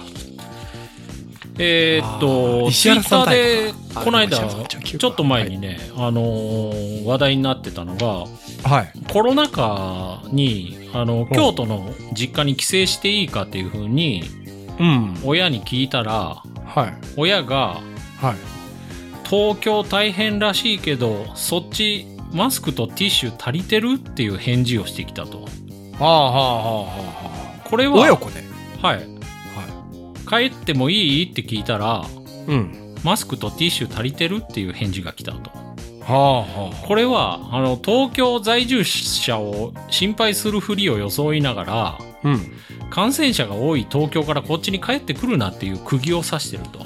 Speaker 3: えーっ
Speaker 2: あ
Speaker 3: と、
Speaker 2: ー
Speaker 3: ツ
Speaker 2: 石
Speaker 3: イ
Speaker 2: 原
Speaker 3: ッタ
Speaker 2: さん
Speaker 3: ーで
Speaker 2: タイプか、
Speaker 3: この間、
Speaker 2: あでも石原さんちょっと急
Speaker 3: ち
Speaker 2: か
Speaker 3: ょっと前にね、あのー話題になってたのが、
Speaker 2: はい。
Speaker 3: コロナ禍に、あの、
Speaker 2: ん
Speaker 3: 京都の実家に帰省していいかっていうふうに、
Speaker 2: うん。
Speaker 3: 親に聞いたら、
Speaker 2: はい。
Speaker 3: 親が、
Speaker 2: はい。
Speaker 3: 東京大変らしいけど、そっち、マスクとティッシュ足りてるっていう返事をしてきたと。
Speaker 2: はあはあはあはあ。
Speaker 3: これは、
Speaker 2: 親子ね。
Speaker 3: はい。
Speaker 2: は
Speaker 3: 帰ってもいいって聞いたら、
Speaker 2: い。うん。
Speaker 3: マスクとティッシュ足りてるっていう返事が来たと。はあはあ、これはあの東京在住者を心配するふりを装いながら
Speaker 2: うん。
Speaker 3: 感染者が多い東京からこっちに帰ってくるなっていう釘を刺してると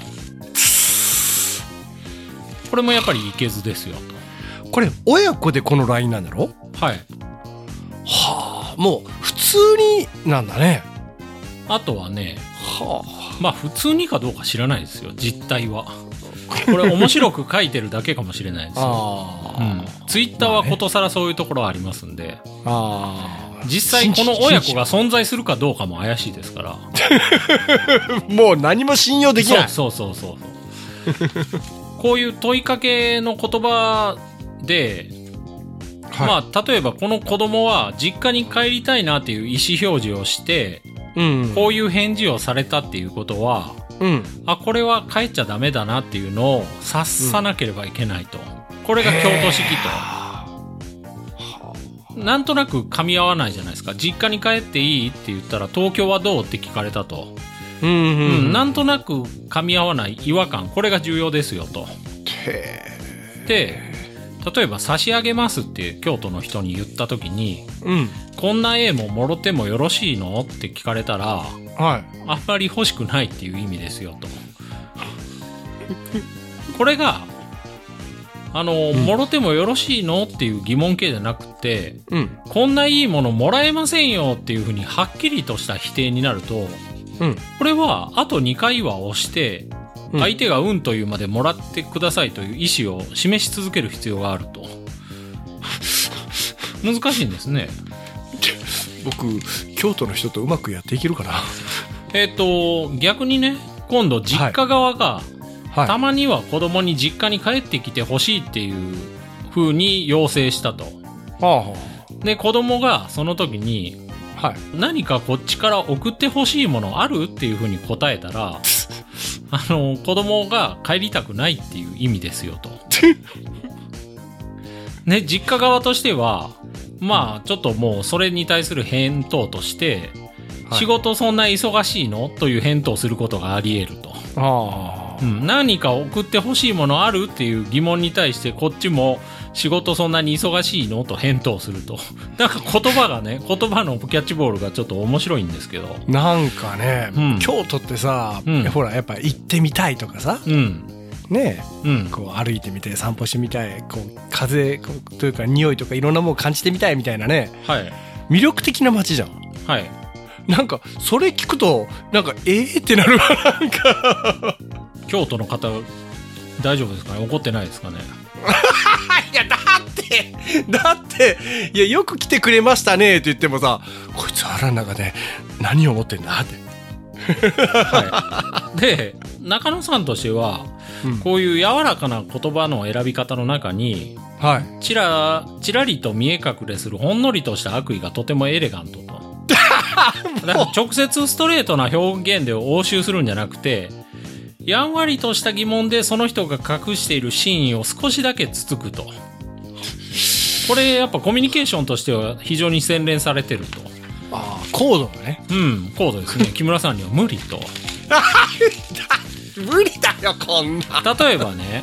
Speaker 3: これもやっぱりいけずですよ
Speaker 2: これ、親子でこのラインなんだろ
Speaker 3: とはい
Speaker 2: はあ、もう、普通になんだね。
Speaker 3: あとはね
Speaker 2: はあ。
Speaker 3: まあ普通にかどうか知らないですよ実態はこれ面白く書いてるだけかもしれないですよ、
Speaker 2: あ
Speaker 3: う
Speaker 2: あ、
Speaker 3: ん、ツイッターはことさらそういうところはありますんで
Speaker 2: ああ。
Speaker 3: 実際この親子が存在するかどうかも怪しいですから
Speaker 2: もう何も信用できない。
Speaker 3: そうそうそうそう そうこういう問いかけの言葉で、
Speaker 2: はい、
Speaker 3: まあ例えばこの子供は実家に帰りたいなっていう意思表示をして
Speaker 2: うん。
Speaker 3: こういう返事をされたっていうことは
Speaker 2: うん。
Speaker 3: あこれは帰っちゃダメだなっていうのを察さなければいけないと、これが京都式となんとなく噛み合わないじゃないですか実家に帰っていいって言ったら東京はどうって聞かれたと、
Speaker 2: うんう
Speaker 3: うん
Speaker 2: ん、うん。
Speaker 3: なんとなく噛み合わない違和感これが重要ですよと
Speaker 2: へ
Speaker 3: で例えば「差し上げます」って京都の人に言った時に
Speaker 2: ーうん。
Speaker 3: 「こんな絵ももろてもよろしいの?」って聞かれたら
Speaker 2: はい。
Speaker 3: あんまり欲しくないっていう意味で すよと。これがあの、
Speaker 2: ん
Speaker 3: もろてもよろしいのっていう疑問形じゃなくて、
Speaker 2: うん。
Speaker 3: こんないいものもらえませんよっていうふうにはっきりとした否定になると、
Speaker 2: うん。
Speaker 3: これはあと2回は押して、
Speaker 2: うん
Speaker 3: 相手がうんというまでもらってくださいという意思を示し続ける必要があると。 難しいんですね。
Speaker 2: 僕、京都の人とうまくやっていける かな。
Speaker 3: えっ、と、逆にね、今度実家側が、た
Speaker 2: は
Speaker 3: まには子供に実家に帰ってきてほしいっていう風に要請したと。
Speaker 2: い。は
Speaker 3: で、子供がその時に、
Speaker 2: あ。 はい。
Speaker 3: 何かこっちから送ってほしいものあるっていう風に答えた ら、あの、子供が帰りたくないっていう意味ですよと。ね、実家側としては、まあ、ちょっともうそれに対する返答として、
Speaker 2: はい
Speaker 3: 仕事そんな忙しいのという返答をすることがあり得ると。
Speaker 2: あ
Speaker 3: う
Speaker 2: あ。
Speaker 3: ん、何か送ってほしいものあるっていう疑問に対してこっちも仕事そんなに忙しいのと返答すると なんか言葉がね言葉のキャッチボールがちょっと面白いんですけど
Speaker 2: なんかね、
Speaker 3: うん
Speaker 2: 京都ってさ、
Speaker 3: うん
Speaker 2: ほらやっぱ行ってみたいとかさ
Speaker 3: うん
Speaker 2: ね
Speaker 3: うん
Speaker 2: こう歩いてみて散歩してみたいこう風こうというか匂いとかいろんなものを感じてみたいみたいなね
Speaker 3: はい
Speaker 2: 魅力的な街じゃん。
Speaker 3: はい
Speaker 2: なんかそれ聞くとなんかええー、ってなるわなんか
Speaker 3: 京都の方大丈夫ですかね怒ってないですかね
Speaker 2: いやだってだっていやよく来てくれましたねって言ってもさこいつ腹の中で何を思ってんだって、
Speaker 3: はいで中野さんとしては
Speaker 2: うん
Speaker 3: こういう柔らかな言葉の選び方の中に
Speaker 2: はい
Speaker 3: ちらちらりと見え隠れするほんのりとした悪意がとてもエレガ ントと。だから直接ストレートな表現で応酬するんじゃなくてやんわりとした疑問でその人が隠している真意を少しだけつつくとこれやっぱコミュニケーションとしては非常に洗練されてると
Speaker 2: ああ高度がね
Speaker 3: うん高度ですね木村さんには無理と
Speaker 2: 無理だよこんな
Speaker 3: 例えばね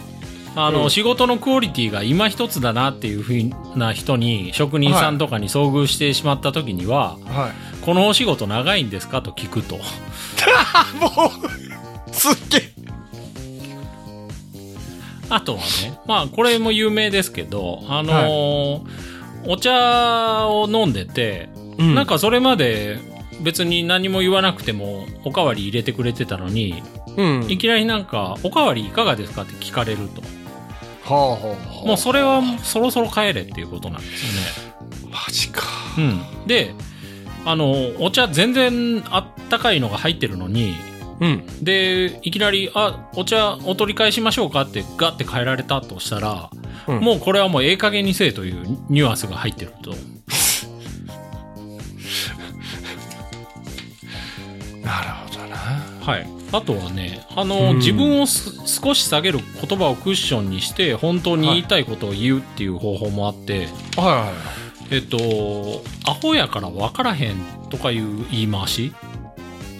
Speaker 3: あの、
Speaker 2: うん
Speaker 3: 仕事のクオリティが今一つだなっていうふうな人に職人さんとかに遭遇してしまった時には、
Speaker 2: はい
Speaker 3: このお仕事長いんですかと聞くと
Speaker 2: もうすっげえ
Speaker 3: あとはねまあこれも有名ですけどあのーお茶を飲んでて、
Speaker 2: うん
Speaker 3: なんかそれまで別に何も言わなくてもおかわり入れてくれてたのに、
Speaker 2: うん
Speaker 3: いきなりなんか「おかわりいかがですか?」って聞かれると
Speaker 2: はあはあはあ
Speaker 3: もうそれはそろそろ帰れっていうことなんですよね。
Speaker 2: マジか
Speaker 3: うん、であのお茶全然あったかいのが入ってるのに
Speaker 2: うん
Speaker 3: でいきなり「あお茶お取り返しましょうか」ってガッて変えられたとしたら、
Speaker 2: うん
Speaker 3: もうこれはもうええ加減にせえというニュアンスが入ってると
Speaker 2: なるほどな
Speaker 3: はいあとはねあの、
Speaker 2: うん
Speaker 3: 自分をす少し下げる言葉をクッションにして本当に言いたいことを言うっていう方法もあって、
Speaker 2: はいはい
Speaker 3: えっと「アホやから分からへん」とかいう言い回し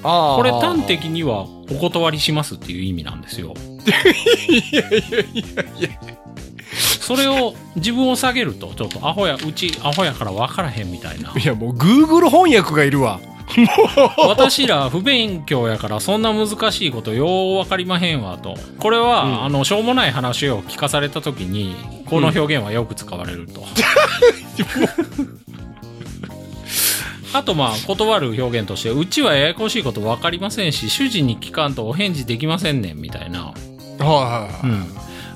Speaker 2: あ
Speaker 3: これ端的には「お断りします」っていう意味なんですよ
Speaker 2: いやいやいやいや
Speaker 3: それを自分を下げるとちょっとアホやうちアホやから分からへんみたいない
Speaker 2: やもう Google 翻訳がいるわ
Speaker 3: 私ら不勉強やからそんな難しいことよう分かりまへんわとこれは、
Speaker 2: うん
Speaker 3: あのしょうもない話を聞かされた時にこの表現はよく使わ れると、あとまあ断る表現としてうちはややこしいこと分かりませんし主人に聞かんとお返事できませんねんみたいな、
Speaker 2: は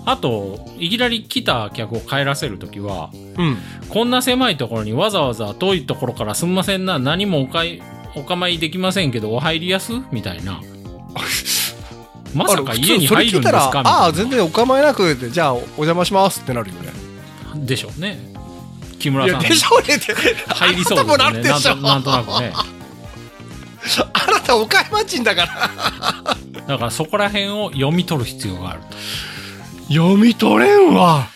Speaker 3: あといきなり来た客を帰らせる時は
Speaker 2: はいはいうん
Speaker 3: こんな狭いところにわざわざ遠いところからすんませんな何もおかいお構いできませんけどお入りやすみた いなまさか
Speaker 2: あれ
Speaker 3: 家に
Speaker 2: 普通それ
Speaker 3: 入
Speaker 2: 聞
Speaker 3: るん
Speaker 2: い
Speaker 3: で
Speaker 2: た
Speaker 3: すからみたいな
Speaker 2: ああ全然お構いなくでじゃあお邪魔しますってなるよね
Speaker 3: でしょうね木
Speaker 2: い
Speaker 3: 村さ
Speaker 2: や
Speaker 3: ん
Speaker 2: でしょうねって
Speaker 3: 入りそ
Speaker 2: あなた
Speaker 3: うですよ
Speaker 2: もな
Speaker 3: ね
Speaker 2: るでしょ
Speaker 3: なんとなんとなくね
Speaker 2: あなた岡山人だから
Speaker 3: だからそこら辺を読み取る必要があると
Speaker 2: 読み取れんわ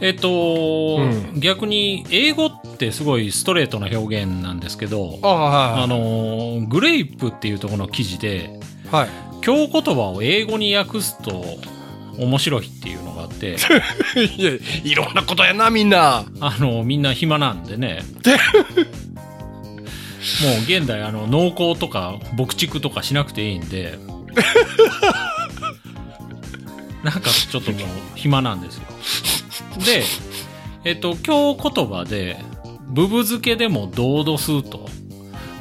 Speaker 3: えっと、
Speaker 2: う
Speaker 3: 逆に英語ってすごいストレートな表現なんですけど
Speaker 2: ああ
Speaker 3: あのグレイプっていうところの記事で
Speaker 2: はい
Speaker 3: 京言葉を英語に訳すと面白いっていうのがあって
Speaker 2: いやいろんなことやなみんな
Speaker 3: あのみんな暇なんでねもう現代あの農耕とか牧畜とかしなくていいん でなんかちょっともう暇なんですよでえっと京言葉で「ブブ漬けでもどうどす」とこ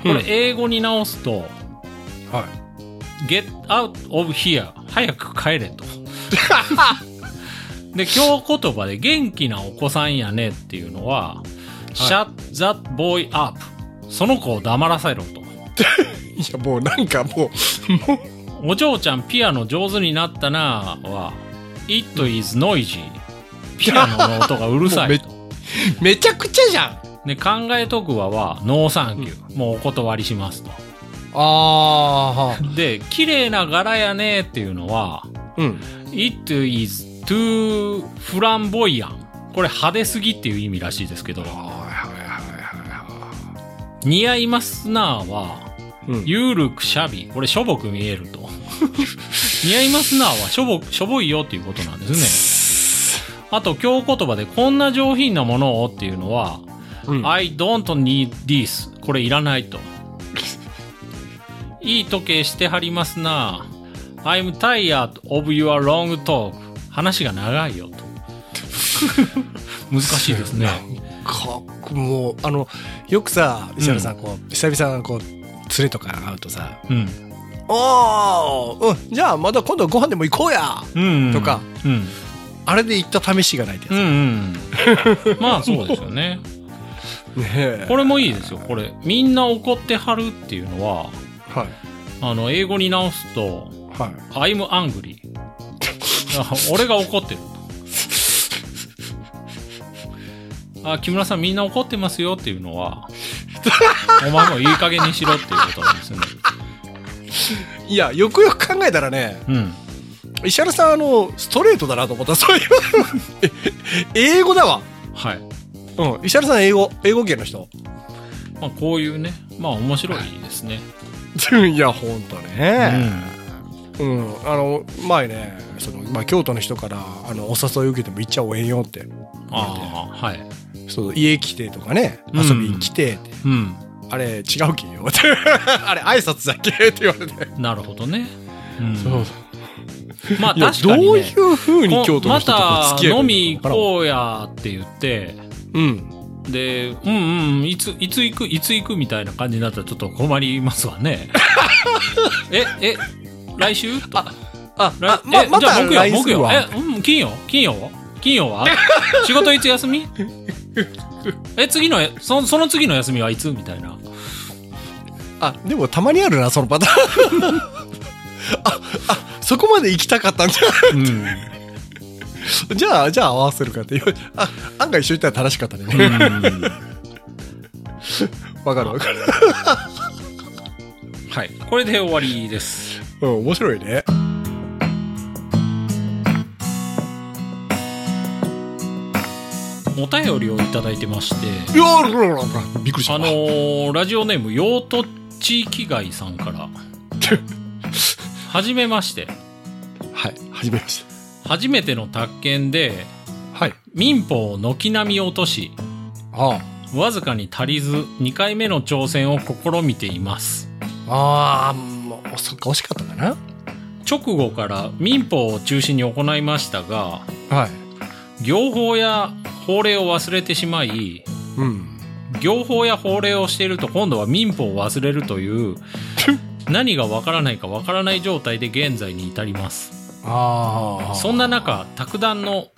Speaker 2: うん
Speaker 3: れ英語に直すと
Speaker 2: はい
Speaker 3: 「get out of here」早く帰れ と。で、今日言葉で元気なお子さんやねっていうのは、shut that boy up。その子を黙らせろと。
Speaker 2: いやもうなんかもう
Speaker 3: お嬢ちゃんピアノ上手になったなぁは、it is noisy。ピアノの音がうるさいと。
Speaker 2: めちゃくちゃじゃん
Speaker 3: で、考えとくわは、ノーサンキュー。もうお断りしますと。
Speaker 2: あ
Speaker 3: で、綺麗な柄やねっていうのは、
Speaker 2: あうん
Speaker 3: it is too flamboyant。これ派手すぎっていう意味らしいですけど、
Speaker 2: はいはいはいは
Speaker 3: 似合いますなぁは、
Speaker 2: いうん
Speaker 3: ゆるくしゃび。これ、しょぼく見えると。 似合いますなぁは、しょぼ、しょぼいよっていうことなんですね。あと、今日言葉で、こんな上品なものをっていうのは、
Speaker 2: うん、
Speaker 3: I don't need this. これいらない と。いい時計してはりますなぁ I'm tired of your long talk. 話が長いよ と。難しいですね。
Speaker 2: かもうあのよくさ石原さん、こう久々こう連れとか会うとさ
Speaker 3: うん。
Speaker 2: 「おお、うん、じゃあまた今度ご飯でも行こうや
Speaker 3: うん、うん。
Speaker 2: とか。
Speaker 3: うん。」
Speaker 2: あれで行った試しがないって
Speaker 3: う
Speaker 2: や
Speaker 3: ん、 うん。まあ、そうですよね。
Speaker 2: つ、ねえ
Speaker 3: これもいいですよこれみんな怒ってはるっていうのは
Speaker 2: はい
Speaker 3: あの英語に直すと
Speaker 2: はい
Speaker 3: 「I'm angry」あ俺が怒ってるとあ木村さんみんな怒ってますよっていう のはお前もいい加減にしろっていうことなんですよね
Speaker 2: いやよくよく考えたらね
Speaker 3: うん
Speaker 2: 石原さんあのストレートだなと思ったそういう 英語だわ、
Speaker 3: はい、
Speaker 2: うん、石原さん英語英語圏の人
Speaker 3: まあ、こういうねまあ面白いですね、
Speaker 2: いやほんとね、うんあの前ねその、まあ、京都の人からあのお誘い受けても行っちゃおえんよって
Speaker 3: うんああはい
Speaker 2: そう家来てとかね
Speaker 3: うん
Speaker 2: 遊びに来てって、
Speaker 3: うん
Speaker 2: あれ違うけんよって あれ挨拶だっけって言われて、
Speaker 3: なるほどね、うん、
Speaker 2: そう
Speaker 3: まあ
Speaker 2: いや
Speaker 3: 確かに、ね、
Speaker 2: どういうふうに京都の人と
Speaker 3: こ
Speaker 2: こう
Speaker 3: ま
Speaker 2: 付
Speaker 3: た
Speaker 2: き合
Speaker 3: 飲
Speaker 2: い
Speaker 3: み
Speaker 2: こ
Speaker 3: 行こうやって言って
Speaker 2: ううん
Speaker 3: でうんうんいついつ行くいつ行くみたいな感じになったらちょっと困りますわ ねええ来週とか
Speaker 2: あ
Speaker 3: 来
Speaker 2: ま
Speaker 3: え
Speaker 2: ま
Speaker 3: じゃ
Speaker 2: た
Speaker 3: あ木曜
Speaker 2: LINE す
Speaker 3: 木
Speaker 2: る
Speaker 3: 曜
Speaker 2: わ
Speaker 3: え、うん、金曜金曜は金曜 は仕事いつ休みえ次のそその次の休みはいつみたいな
Speaker 2: あでもたまにあるなそのパターンああそこまで行きたかったんじゃ
Speaker 3: うん
Speaker 2: じゃあじゃあ合わせるかっていうあ案外一緒に行ったら正しかった
Speaker 3: う
Speaker 2: ね
Speaker 3: ん
Speaker 2: わかるわかる
Speaker 3: はいこれで終わりです
Speaker 2: うん面白いね
Speaker 3: お便りをいただいてまして
Speaker 2: いやーらららびっくりした
Speaker 3: あのーラジオネーム用途地域外さ んからはじめまして
Speaker 2: はい初めまして
Speaker 3: 初めての宅建で
Speaker 2: はい。
Speaker 3: 民法を軒並み落とし、
Speaker 2: あ
Speaker 3: わずかに足りず2回目の挑戦を試みています。
Speaker 2: あ。ああ、もう、そっか、惜しかったんだ
Speaker 3: 直後から民法を中心に行いましたが、
Speaker 2: な。はい。
Speaker 3: 行法や法令を忘れてしまい、
Speaker 2: うん。
Speaker 3: 行法や法令をしていると今度は民法を忘れるという、何がわからないかわからない状態で現在に至ります。
Speaker 2: ああ。
Speaker 3: そんな中、卓談の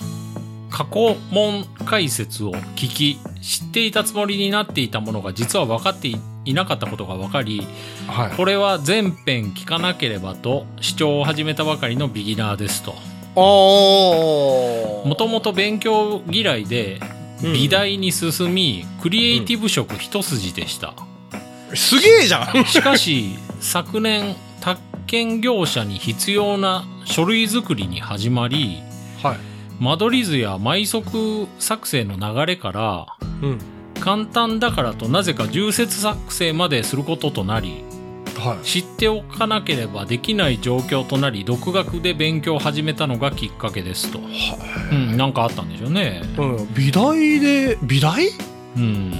Speaker 3: 過去問解説を聞き、知っていたつもりになっていたものが実は分かっていいなかったことが分かり、
Speaker 2: はい。
Speaker 3: これは全編聞かなければと主張を始めたばかりのビギナーですと。
Speaker 2: お
Speaker 3: もともと勉強嫌いで
Speaker 2: うん
Speaker 3: 美大に進み、クリエイティブ職一筋でした。
Speaker 2: すげえじゃ ん
Speaker 3: しかし、昨年、宅建業者に必要な書類作りに始まり、
Speaker 2: はい。
Speaker 3: 間取り図や埋測作成の流れから、
Speaker 2: うん。
Speaker 3: 簡単だからとなぜか重説作成まですることとなり、
Speaker 2: はい。
Speaker 3: 知っておかなければできない状況となり、独学で勉強を始めたのがきっかけですと。うん、なんかあったんでしょうね。
Speaker 2: うん、美大で美大へ
Speaker 3: うん。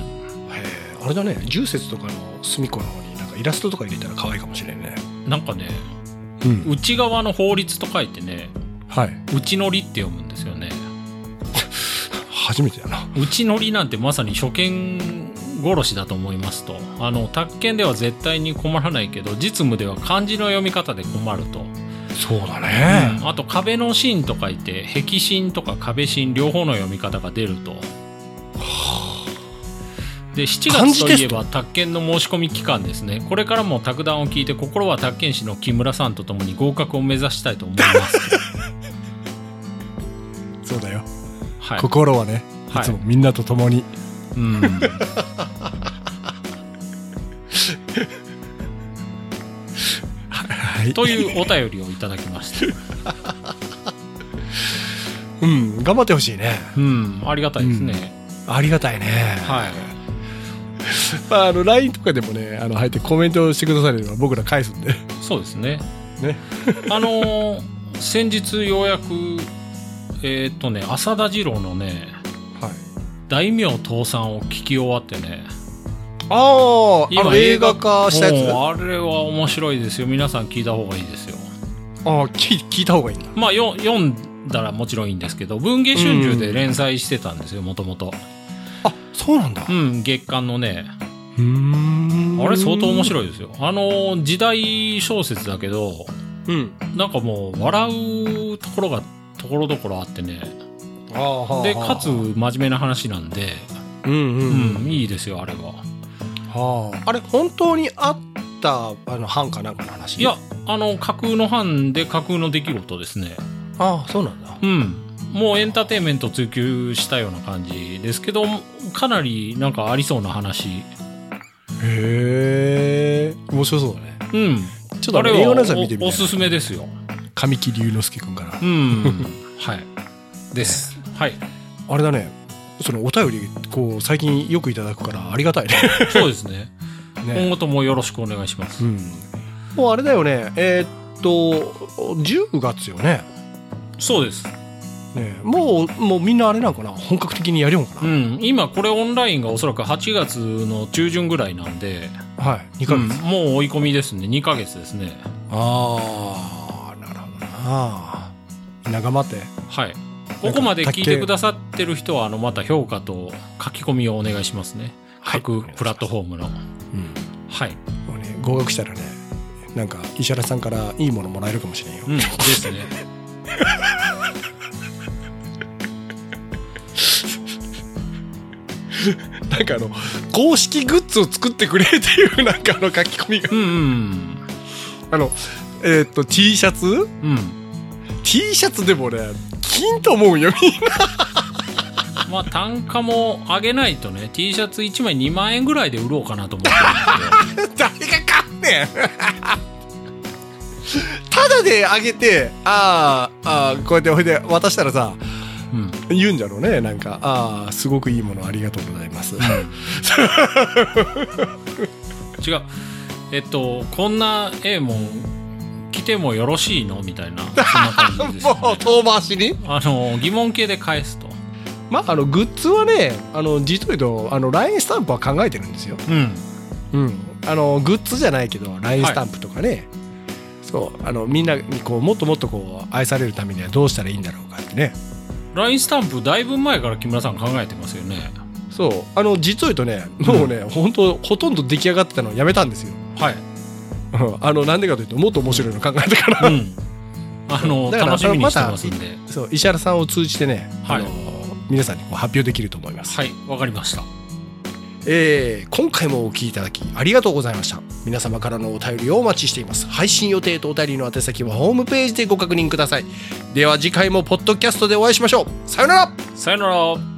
Speaker 2: えあれだね重節とかの隅っこの方になんかイラストとか入れたら可愛いかもしれんね
Speaker 3: なんかね、
Speaker 2: うん
Speaker 3: 内側の法律と書いてね、
Speaker 2: はい
Speaker 3: 内乗りって読むんですよね。
Speaker 2: 初めてだな
Speaker 3: 内乗りなんてまさに初見殺しだと思いますとあの宅建では絶対に困らないけど実務では漢字の読み方で困ると、
Speaker 2: そうだね
Speaker 3: あと壁の芯と書いて壁芯とか壁芯両方の読み方が出るとで7
Speaker 2: 漢
Speaker 3: 月
Speaker 2: 字
Speaker 3: と
Speaker 2: テ
Speaker 3: いえ
Speaker 2: スト
Speaker 3: ば宅建の申し込み期間ですねこれからも宅談を聞いて心は宅建士の木村さんと共に合格を目指したいと思い ます、
Speaker 2: そうだよ
Speaker 3: はい、
Speaker 2: 心はねい
Speaker 3: はい
Speaker 2: つもみんなと共に
Speaker 3: うん
Speaker 2: はい
Speaker 3: というお便りをいただきました
Speaker 2: うん頑張ってほしいね
Speaker 3: うん、ありがたいですね。
Speaker 2: ありがたいね
Speaker 3: はい。
Speaker 2: まああの LINE とかでもねあの入ってコメントしてくだされば僕ら返すんで
Speaker 3: そうですね。
Speaker 2: ね
Speaker 3: あのー先日ようやく、えーっとね、浅田次郎のね、
Speaker 2: はい
Speaker 3: 大名倒産を聞き終わってね。
Speaker 2: あーあの映画化したやつあ
Speaker 3: もうあれは面白いですよ。皆さん聞いた方がいいですよ。
Speaker 2: あー聞い聞いた方がいいんだ
Speaker 3: まあ、よ読んだらもちろんいいんですけど、文藝春秋で連載してたんですよ、もともと。
Speaker 2: あそうなんだ
Speaker 3: うん、月刊のね。
Speaker 2: うーん
Speaker 3: あれ相当面
Speaker 2: い
Speaker 3: 白いですよ。あのー時代小説だけど、
Speaker 2: うん
Speaker 3: なんかもう笑うところがところどころあってね
Speaker 2: あーはーは
Speaker 3: で
Speaker 2: ーはー
Speaker 3: かつ真面目な話なんで、
Speaker 2: うんうん、
Speaker 3: う
Speaker 2: うん
Speaker 3: ん、いいですよあれは
Speaker 2: はあ、あれ本当にあったあの藩かなんかの話
Speaker 3: いやあの架空の班で架空の出来事ですね
Speaker 2: ああそうなんだ
Speaker 3: うんもうエンターテインメントを追求したような感じですけどかなりなんかありそうな話
Speaker 2: へえ面白そうだね
Speaker 3: うん
Speaker 2: ちょっと
Speaker 3: あ
Speaker 2: あ
Speaker 3: れ
Speaker 2: れ
Speaker 3: は
Speaker 2: 映画のやつは見てみ
Speaker 3: お
Speaker 2: たい
Speaker 3: おすすめですよ
Speaker 2: 神木隆之介君から
Speaker 3: うん はいですはい
Speaker 2: あれだねそのお便りこう最近よくいただくからありがたいね
Speaker 3: そうですね今
Speaker 2: ね
Speaker 3: 後ともよろしくお願いします
Speaker 2: うんもうあれだよねえーっと10月よね
Speaker 3: そうです
Speaker 2: ねもうもうみんなあれなんかな本格的にやりようか
Speaker 3: う
Speaker 2: な、
Speaker 3: ん、今これオンラインがおそらく8月の中旬ぐらいなんで、
Speaker 2: はい2ヶ月、
Speaker 3: うんもう追い込みですね2ヶ月ですね
Speaker 2: ああなるほどなみんな頑張って
Speaker 3: はい
Speaker 2: な
Speaker 3: こ
Speaker 2: んか
Speaker 3: こまで聞いて
Speaker 2: 卓球
Speaker 3: くださってる人はあのまた評価と書き込みをお願いしますね
Speaker 2: はい
Speaker 3: 各プラットフォームの
Speaker 2: うん
Speaker 3: はい、
Speaker 2: もうね合格したらねなんか石原さんからいいものもらえるかもしれんよ、
Speaker 3: うん、ですね
Speaker 2: なんかあの公式グッズを作ってくれっていう なんかあの書き込みが
Speaker 3: うんうん
Speaker 2: あのえーっと T シャツ
Speaker 3: うんうん
Speaker 2: T シャツでもね金と思うよみんな
Speaker 3: まあ単価も上げないとね T シャツ1枚2万円ぐらいで売ろうかなと思ってるんです
Speaker 2: 誰が買んねん ただであげてあーあーこうやってほいで渡したらさ
Speaker 3: けど、うん、
Speaker 2: 言うんじゃろうねなんかああすごくいいものありがとうございます
Speaker 3: 違うえっとこんなええもん来てもよろしいのみたいなそんな感じです、
Speaker 2: も
Speaker 3: ね
Speaker 2: う、遠回しに
Speaker 3: あの疑問形で返すと
Speaker 2: まああのグッズはねあの実を言うとあの LINE スタンプは考えてるんですよ、
Speaker 3: うん。
Speaker 2: うん、あのグッズじゃないけど LINE スタンプとかね、そうあのみんなにこうもっともっとこう愛されるためにはどうしたらいいんだろうかってね
Speaker 3: ラインスタンプだいぶ前から木村さん考えてますよね。
Speaker 2: そうあの実を言うとねもうね、本当ほとんど出来上がってたのをやめたんですよ
Speaker 3: はい。
Speaker 2: うんあのなんでかというともっと面白いの考えたから
Speaker 3: うん。あの、
Speaker 2: だから
Speaker 3: 楽しみにしてますんで。
Speaker 2: そう石原さんを通じてね、
Speaker 3: はい
Speaker 2: あの皆さんにこう発表できると思います、
Speaker 3: はい、わかりました。
Speaker 2: えー今回もお聞きいただきありがとうございました皆様からのお便りをお待ちしています配信予定とお便りの宛先はホームページでご確認くださいでは次回もポッドキャストでお会いしましょうさようなら
Speaker 3: さよなら。